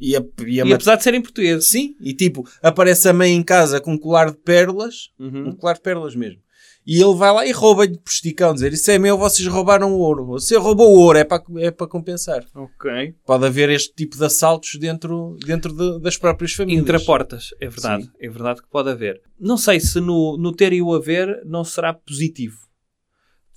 Speaker 2: e a, e a
Speaker 3: E apesar de serem portugueses.
Speaker 2: Sim, e tipo, aparece a mãe em casa com um colar de pérolas,
Speaker 3: Uhum.
Speaker 2: um colar de pérolas mesmo. E ele vai lá e rouba-lhe por esticão, dizer, isso é meu, vocês roubaram o ouro. Você roubou o ouro, é para é para compensar.
Speaker 3: Ok.
Speaker 2: Pode haver este tipo de assaltos dentro, dentro de- das próprias famílias.
Speaker 3: Intraportas, é verdade. É verdade que pode haver. Não sei se no, no ter e o haver não será positivo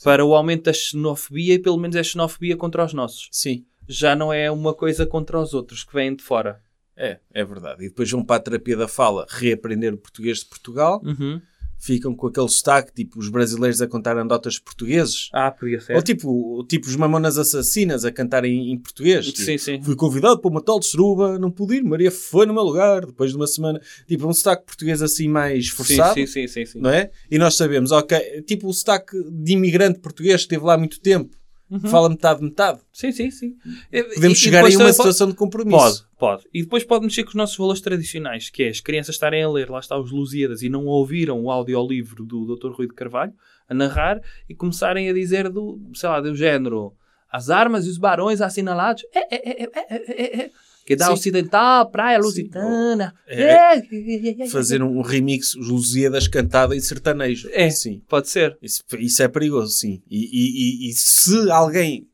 Speaker 3: para o aumento da xenofobia e pelo menos é xenofobia contra os nossos.
Speaker 2: Sim,
Speaker 3: Já não é uma coisa contra os outros que vêm de fora.
Speaker 2: é, é verdade. E depois vão para a terapia da fala, reaprender o português de Portugal, ficam com aquele sotaque, tipo, os brasileiros a contar anedotas portugueses.
Speaker 3: Ah, podia ser.
Speaker 2: Ou tipo, tipo os mamonas assassinas a cantarem em português. Tipo,
Speaker 3: Sim, sim.
Speaker 2: Fui convidado para uma tal de suruba, não pude ir, Maria foi no meu lugar, depois de uma semana. Tipo, um sotaque português assim mais forçado,
Speaker 3: Sim, sim, sim, sim, sim.
Speaker 2: não é? E nós sabemos, ok, tipo o sotaque de imigrante português que esteve lá há muito tempo,
Speaker 3: Uhum.
Speaker 2: fala metade, metade.
Speaker 3: Sim, sim, sim.
Speaker 2: Podemos chegar a uma situação de compromisso.
Speaker 3: Pode, pode. E depois pode mexer com os nossos valores tradicionais, que é as crianças estarem a ler, lá está os Lusíadas, e não ouviram o audiolivro do Dr. Rui de Carvalho a narrar e começarem a dizer do, sei lá, do género as armas e os barões assinalados é, é, é, é, é, é, é, que dá
Speaker 2: Sim.
Speaker 3: ocidental, praia lusitana é, é, é, é.
Speaker 2: Fazer um remix, os Lusíadas cantada em sertanejo.
Speaker 3: É.
Speaker 2: Sim.
Speaker 3: Pode ser.
Speaker 2: Isso, isso é perigoso, sim. E, e- e- e se alguém,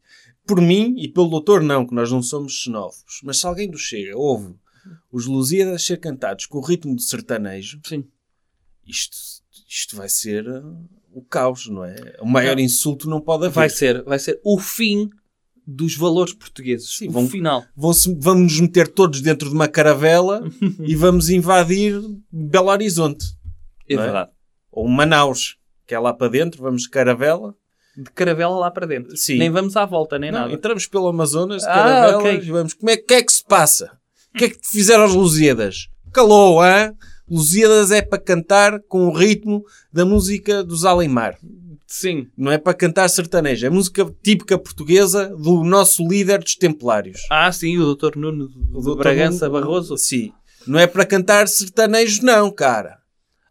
Speaker 2: por mim e pelo doutor, não, que nós não somos xenófobos, mas se alguém do Chega ouve os Lusíadas ser cantados com o ritmo de sertanejo,
Speaker 3: Sim.
Speaker 2: isto, isto vai ser uh, o caos, não é? O maior insulto não pode haver.
Speaker 3: Vai ser, vai ser o fim dos valores portugueses.
Speaker 2: Sim,
Speaker 3: o
Speaker 2: vão-
Speaker 3: final.
Speaker 2: Vão-se- vamos nos meter todos dentro de uma caravela e vamos invadir Belo Horizonte.
Speaker 3: É
Speaker 2: Não é?
Speaker 3: verdade.
Speaker 2: Ou Manaus, que é lá para dentro, vamos de caravela.
Speaker 3: De caravela lá para dentro.
Speaker 2: Sim.
Speaker 3: Nem vamos à volta, nem
Speaker 2: Não,
Speaker 3: nada.
Speaker 2: entramos pelo Amazonas, de
Speaker 3: Ah,
Speaker 2: caravelas,
Speaker 3: ok.
Speaker 2: e vamos. Como é que é que se passa? O que é que te fizeram as Lusíadas? Calou, hã? Lusíadas é para cantar com o ritmo da música dos Alemar.
Speaker 3: Sim.
Speaker 2: Não é para cantar sertaneja. É música típica portuguesa do nosso líder dos Templários.
Speaker 3: Ah, sim, o Dr. Nuno de
Speaker 2: O Dr.
Speaker 3: Bragança
Speaker 2: Nuno-
Speaker 3: Barroso.
Speaker 2: Sim. Não é para cantar sertanejo, não, cara.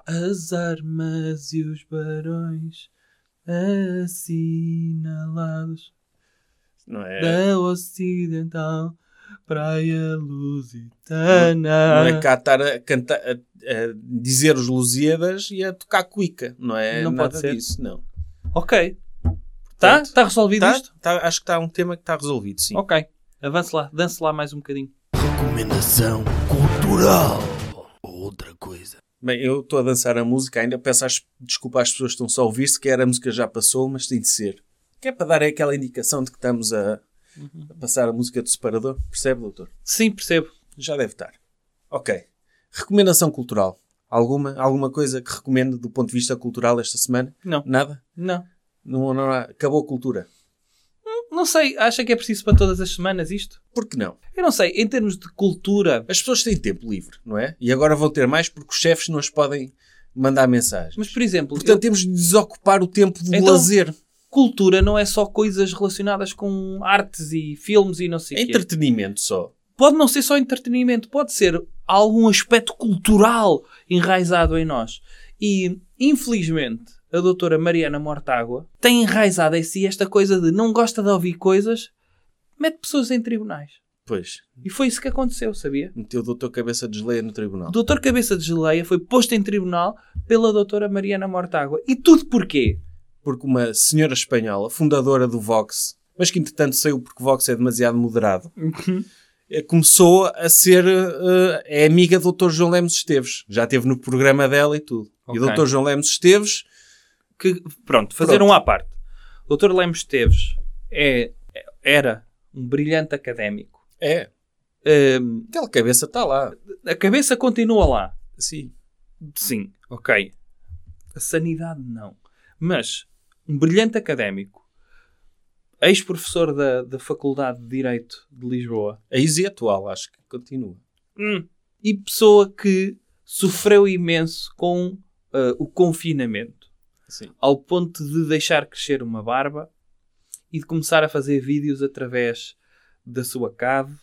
Speaker 3: As armas e os barões assinalados
Speaker 2: Não é,
Speaker 3: da ocidental praia
Speaker 2: não
Speaker 3: lusitana.
Speaker 2: é cá estar a, cantar, a, a dizer os Lusíadas e a tocar cuica. Não é
Speaker 3: Não
Speaker 2: nada
Speaker 3: pode ser.
Speaker 2: disso, não.
Speaker 3: ok. Tá?
Speaker 2: Portanto,
Speaker 3: Tá resolvido
Speaker 2: Tá?
Speaker 3: isto?
Speaker 2: Tá- acho que está um tema que está resolvido, sim.
Speaker 3: Ok. Avance lá, dance lá mais um bocadinho.
Speaker 1: Recomendação cultural. Outra coisa.
Speaker 2: Bem, eu estou a dançar a música, ainda peço às- desculpa às pessoas que estão só a ouvir-se, que era a música já passou, mas tem de ser. Que é para dar aquela indicação de que estamos a,
Speaker 3: Uhum.
Speaker 2: a passar a música do separador, percebe, doutor?
Speaker 3: Sim, percebo.
Speaker 2: Já deve estar. Ok. Recomendação cultural. Alguma, alguma coisa que recomende do ponto de vista cultural esta semana?
Speaker 3: Não.
Speaker 2: Nada?
Speaker 3: Não.
Speaker 2: Não, não há- acabou a cultura.
Speaker 3: Não sei, acha que é preciso para todas as semanas isto?
Speaker 2: Por que não?
Speaker 3: Eu não sei, em termos de cultura,
Speaker 2: As pessoas têm tempo livre, não é? E agora vão ter mais porque os chefes não as podem mandar mensagem.
Speaker 3: mas por exemplo,
Speaker 2: Portanto, temos de desocupar o tempo de
Speaker 3: Então,
Speaker 2: lazer.
Speaker 3: cultura não é só coisas relacionadas com artes e filmes e não sei o
Speaker 2: É
Speaker 3: quê.
Speaker 2: entretenimento só.
Speaker 3: Pode não ser só entretenimento, pode ser algum aspecto cultural enraizado em nós. E, infelizmente, a doutora Mariana Mortágua tem enraizado em si esta coisa de não gosta de ouvir coisas, mete pessoas em tribunais.
Speaker 2: Pois,
Speaker 3: E foi isso que aconteceu, sabia?
Speaker 2: meteu o doutor cabeça de geleia no tribunal.
Speaker 3: O doutor Cabeça de Geleia foi posto em tribunal pela doutora Mariana Mortágua. E tudo porquê?
Speaker 2: Porque uma senhora espanhola, fundadora do Vox, mas que entretanto saiu porque Vox é demasiado moderado,
Speaker 3: Uhum.
Speaker 2: eh, começou a ser eh, é amiga do Dr. João Lemos Esteves. Já teve no programa dela e tudo. E o
Speaker 3: Ok.
Speaker 2: Dr. João Lemos Esteves
Speaker 3: que, pronto, fazer
Speaker 2: Pronto.
Speaker 3: um à parte. Dr. Lemos Esteves é, era um brilhante académico.
Speaker 2: é,
Speaker 3: Hum,
Speaker 2: aquela cabeça está lá.
Speaker 3: a cabeça continua lá.
Speaker 2: Sim.
Speaker 3: Sim, ok. A sanidade não. Mas um brilhante académico, ex-professor da, da Faculdade de Direito de Lisboa
Speaker 2: A Easy atual, acho que continua.
Speaker 3: hum, e pessoa que sofreu imenso com ah, o confinamento.
Speaker 2: Sim.
Speaker 3: ao ponto de deixar crescer uma barba e de começar a fazer vídeos através da sua cave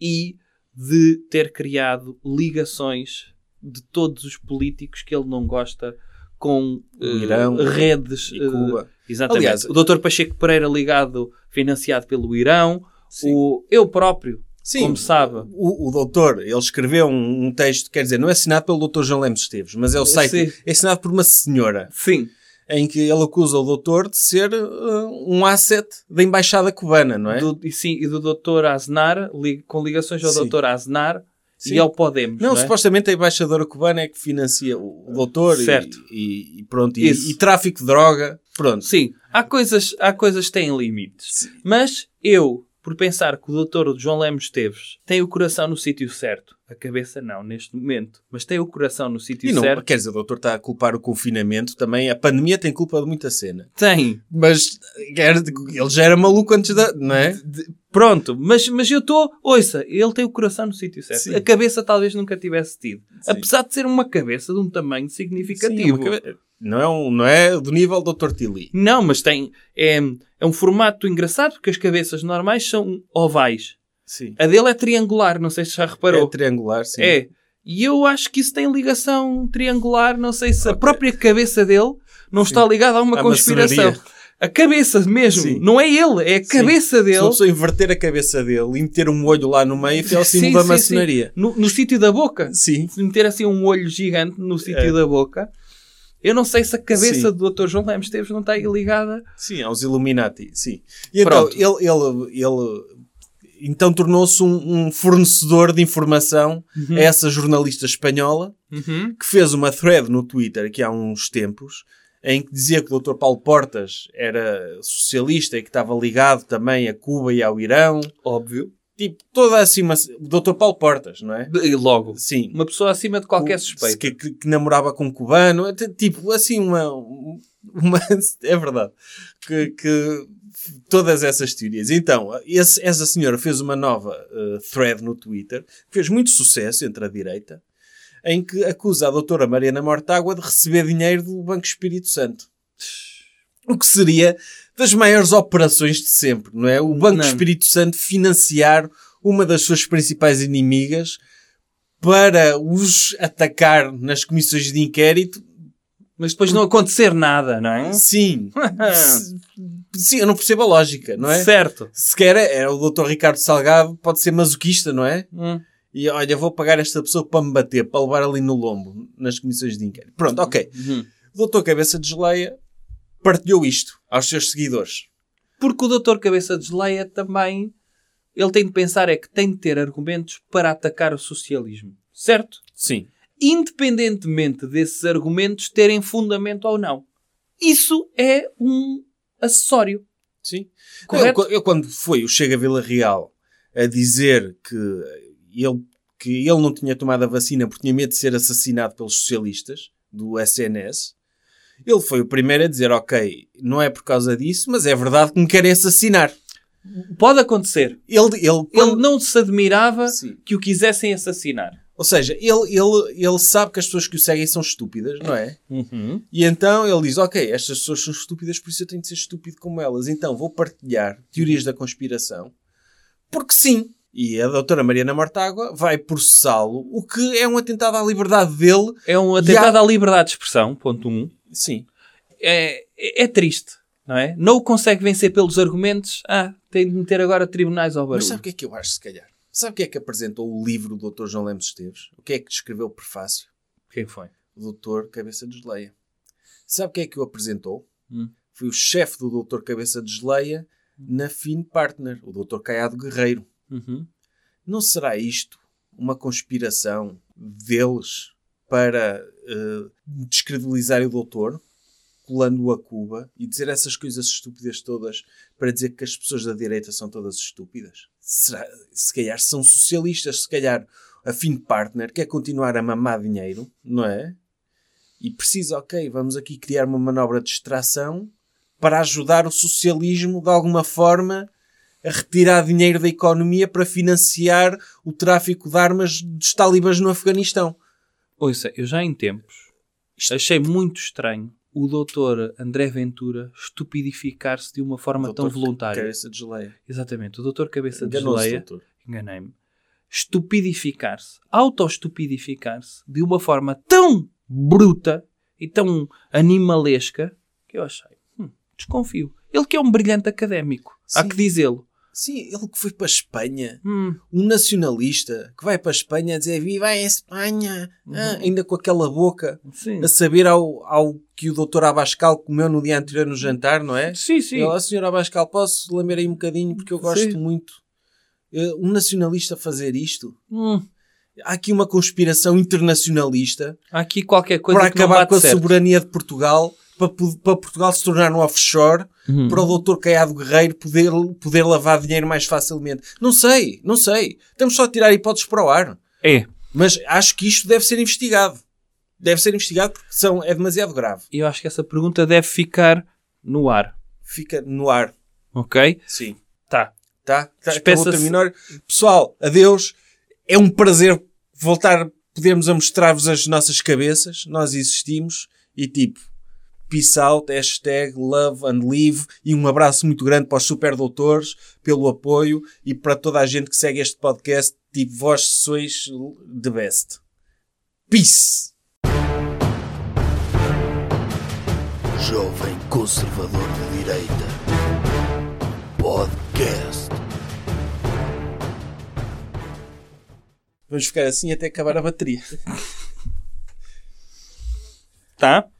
Speaker 3: e de ter criado ligações de todos os políticos que ele não gosta com eh,
Speaker 2: Irão
Speaker 3: redes
Speaker 2: E
Speaker 3: eh,
Speaker 2: Cuba.
Speaker 3: Exatamente.
Speaker 2: Aliás,
Speaker 3: o Dr. Pacheco Pereira ligado, financiado pelo Irão,
Speaker 2: Sim.
Speaker 3: o eu próprio,
Speaker 2: Sim,
Speaker 3: como sabe.
Speaker 2: O, o doutor, ele escreveu um, um texto, quer dizer, não é assinado pelo doutor João Lemos Esteves, mas é o site,
Speaker 3: Sim.
Speaker 2: é assinado por uma senhora,
Speaker 3: Sim.
Speaker 2: em que ele acusa o doutor de ser uh, um asset da embaixada cubana, não é?
Speaker 3: Do, e sim, e do Dr. Aznar, li- com ligações ao
Speaker 2: Sim.
Speaker 3: Dr. Aznar
Speaker 2: Sim.
Speaker 3: e ao Podemos.
Speaker 2: não,
Speaker 3: é?
Speaker 2: supostamente a embaixadora cubana é que financia o, o doutor e-
Speaker 3: Certo.
Speaker 2: E, e pronto, e,
Speaker 3: Isso.
Speaker 2: e tráfico de droga, pronto.
Speaker 3: Sim, há coisas, há coisas que têm limites. Mas eu, por pensar que o doutor João Lemos Teves tem o coração no sítio certo, a cabeça não, neste momento, mas tem o coração no
Speaker 2: E
Speaker 3: sítio
Speaker 2: não,
Speaker 3: certo,
Speaker 2: quer dizer, o doutor está a culpar o confinamento também, a pandemia tem culpa de muita cena.
Speaker 3: tem.
Speaker 2: Mas quer- ele já era maluco antes da, não é?
Speaker 3: Pronto, mas, mas eu estou... Ouça, ele tem o coração no sítio certo.
Speaker 2: Sim.
Speaker 3: A cabeça talvez nunca tivesse tido.
Speaker 2: Sim.
Speaker 3: Apesar de ser uma cabeça de um tamanho significativo.
Speaker 2: Sim, é uma cabe- Não é, um- não é do nível do Dr. Tilly.
Speaker 3: Não, mas tem... É, é um formato engraçado porque as cabeças normais são ovais.
Speaker 2: Sim.
Speaker 3: A dele é triangular, não sei se já reparou.
Speaker 2: É triangular, sim.
Speaker 3: É. E eu acho que isso tem ligação triangular. Não sei se a própria cabeça dele não está ligada a uma
Speaker 2: À
Speaker 3: conspiração.
Speaker 2: maçonaria.
Speaker 3: A cabeça mesmo.
Speaker 2: Sim.
Speaker 3: Não é ele, é a cabeça
Speaker 2: Se uma
Speaker 3: dele.
Speaker 2: pessoa inverter a cabeça dele e meter um olho lá no meio, isso é o símbolo
Speaker 3: Sim,
Speaker 2: da
Speaker 3: sim,
Speaker 2: maçonaria.
Speaker 3: sim. No, no sítio da boca.
Speaker 2: Sim.
Speaker 3: Se meter assim um olho gigante no sítio
Speaker 2: É.
Speaker 3: da boca. Eu não sei se a cabeça
Speaker 2: Sim.
Speaker 3: do Dr. João Lemos Teves não está aí ligada.
Speaker 2: Sim, aos Illuminati, sim. E então,
Speaker 3: Pronto.
Speaker 2: ele, ele, ele então tornou-se um, um fornecedor de informação a essa jornalista espanhola que fez uma thread no Twitter que há uns tempos em que dizia que o Dr. Paulo Portas era socialista e que estava ligado também a Cuba e ao Irão.
Speaker 3: Óbvio.
Speaker 2: Tipo, toda assim, uma... o Dr. Paulo Portas, não é?
Speaker 3: E logo.
Speaker 2: Sim.
Speaker 3: Uma pessoa acima de qualquer suspeita.
Speaker 2: Que, que- que namorava com um cubano, até, tipo, assim, uma. uma- é verdade. Que, que todas essas teorias. Então, esse- essa senhora fez uma nova eh, thread no Twitter, que fez muito sucesso entre a direita, em que acusa a doutora Mariana Mortágua de receber dinheiro do Banco Espírito Santo. O que seria das maiores operações de sempre, não é? O Banco
Speaker 3: Não.
Speaker 2: Espírito Santo financiar uma das suas principais inimigas para os atacar nas comissões de inquérito.
Speaker 3: Mas depois não acontecer nada, não é?
Speaker 2: Sim. Se- Sim, eu não percebo a lógica, não é?
Speaker 3: Certo.
Speaker 2: Sequer é o Dr. Ricardo Salgado, pode ser masoquista, não é?
Speaker 3: Hum.
Speaker 2: E olha, vou pagar esta pessoa para me bater, para levar ali no lombo, nas comissões de inquérito. Pronto, ok.
Speaker 3: Uhum.
Speaker 2: O Dr. Cabeça de Geleia partilhou isto aos seus seguidores.
Speaker 3: Porque o doutor Cabeça de Geleia também, ele tem de pensar é que tem de ter argumentos para atacar o socialismo, certo?
Speaker 2: Sim.
Speaker 3: Independentemente desses argumentos terem fundamento ou não. Isso é um acessório,
Speaker 2: Sim. Eu,
Speaker 3: correto?
Speaker 2: qua- eu quando foi o Chega Vila Real a dizer que ele, que ele não tinha tomado a vacina porque tinha medo de ser assassinado pelos socialistas do SNS, ele foi o primeiro a dizer, ok, não é por causa disso, mas é verdade que me querem assassinar.
Speaker 3: Pode acontecer.
Speaker 2: Ele, ele,
Speaker 3: Ele não se admirava
Speaker 2: Sim.
Speaker 3: que o quisessem assassinar.
Speaker 2: Ou seja, ele, ele, ele sabe que as pessoas que o seguem são estúpidas, não é?
Speaker 3: Uhum.
Speaker 2: E então ele diz: Ok, estas pessoas são estúpidas, por isso eu tenho de ser estúpido como elas. Então vou partilhar teorias da conspiração, porque sim. E a doutora Mariana Mortágua vai processá-lo, o que é um atentado à liberdade dele.
Speaker 3: É um atentado à liberdade de expressão, ponto um.
Speaker 2: Sim.
Speaker 3: é, é- é triste, não é? Não o consegue vencer pelos argumentos. Ah, tem de meter agora tribunais ao
Speaker 2: Mas
Speaker 3: barulho.
Speaker 2: sabe o que é que eu acho, se calhar? Sabe o que é que apresentou o livro do Dr. João Lemos Esteves? O que é que escreveu o prefácio?
Speaker 3: Quem é foi?
Speaker 2: O doutor Cabeça de Geleia. Sabe o que é que o apresentou?
Speaker 3: Hum.
Speaker 2: Foi o chefe do doutor Cabeça de Geleia na Fin Partner, o Dr. Caiado Guerreiro.
Speaker 3: Uhum.
Speaker 2: Não será isto uma conspiração deles para eh, descredibilizar o doutor, colando-o a Cuba e dizer essas coisas estúpidas todas para dizer que as pessoas da direita são todas estúpidas? Será, se calhar são socialistas, se calhar a fim de partner quer continuar a mamar dinheiro, não é? E precisa, ok, vamos aqui criar uma manobra de distração para ajudar o socialismo de alguma forma a retirar dinheiro da economia para financiar o tráfico de armas dos talibãs no Afeganistão.
Speaker 3: Ouça, eu já em tempos
Speaker 2: Isto-
Speaker 3: achei muito estranho o doutor André Ventura estupidificar-se de uma forma tão
Speaker 2: Doutor,
Speaker 3: voluntária.
Speaker 2: Cabeça de geleia.
Speaker 3: Exatamente, o doutor Cabeça de
Speaker 2: Enganou-se,
Speaker 3: Geleia,
Speaker 2: doutor.
Speaker 3: enganei-me, estupidificar-se, auto-estupidificar-se de uma forma tão bruta e tão animalesca que eu achei, hum, desconfio. Ele que é um brilhante académico, há
Speaker 2: Sim.
Speaker 3: que dizê-lo.
Speaker 2: Sim, ele que foi para a Espanha.
Speaker 3: Hum,
Speaker 2: Um nacionalista que vai para a Espanha a dizer viva a Espanha.
Speaker 3: Uhum.
Speaker 2: Ah, ainda com aquela boca.
Speaker 3: sim.
Speaker 2: A saber ao, ao que o doutor Abascal comeu no dia anterior no jantar, não é?
Speaker 3: Sim, sim.
Speaker 2: Ele, "Ah, senhor Abascal, posso lamber aí um bocadinho porque eu gosto
Speaker 3: Sim.
Speaker 2: muito. Eh, Um nacionalista fazer isto?
Speaker 3: Hum,
Speaker 2: Há aqui uma conspiração internacionalista
Speaker 3: há aqui qualquer coisa
Speaker 2: para
Speaker 3: que não
Speaker 2: acabar
Speaker 3: bate
Speaker 2: com a
Speaker 3: certo.
Speaker 2: soberania de Portugal, para, po- para Portugal se tornar um offshore,
Speaker 3: Hum.
Speaker 2: para o doutor Caiado Guerreiro poder, poder lavar dinheiro mais facilmente. Não sei, não sei. Estamos só a tirar hipóteses para o ar.
Speaker 3: É,
Speaker 2: Mas acho que isto deve ser investigado. Deve ser investigado porque são, é demasiado grave.
Speaker 3: eu acho que essa pergunta deve ficar no ar,
Speaker 2: Fica no ar.
Speaker 3: ok?
Speaker 2: Sim.
Speaker 3: Tá.
Speaker 2: Tá? tá acabou
Speaker 3: Despeça-se.
Speaker 2: de terminar. Pessoal, adeus. É um prazer voltar, podermos a mostrar-vos as nossas cabeças. Nós existimos e tipo, peace out, hashtag love and leave e um abraço muito grande para os super doutores pelo apoio e para toda a gente que segue este podcast. Tipo, vós sois the best. Peace!
Speaker 1: Jovem Conservador de Direita. Podcast.
Speaker 2: Vamos ficar assim até acabar a bateria.
Speaker 3: Tá?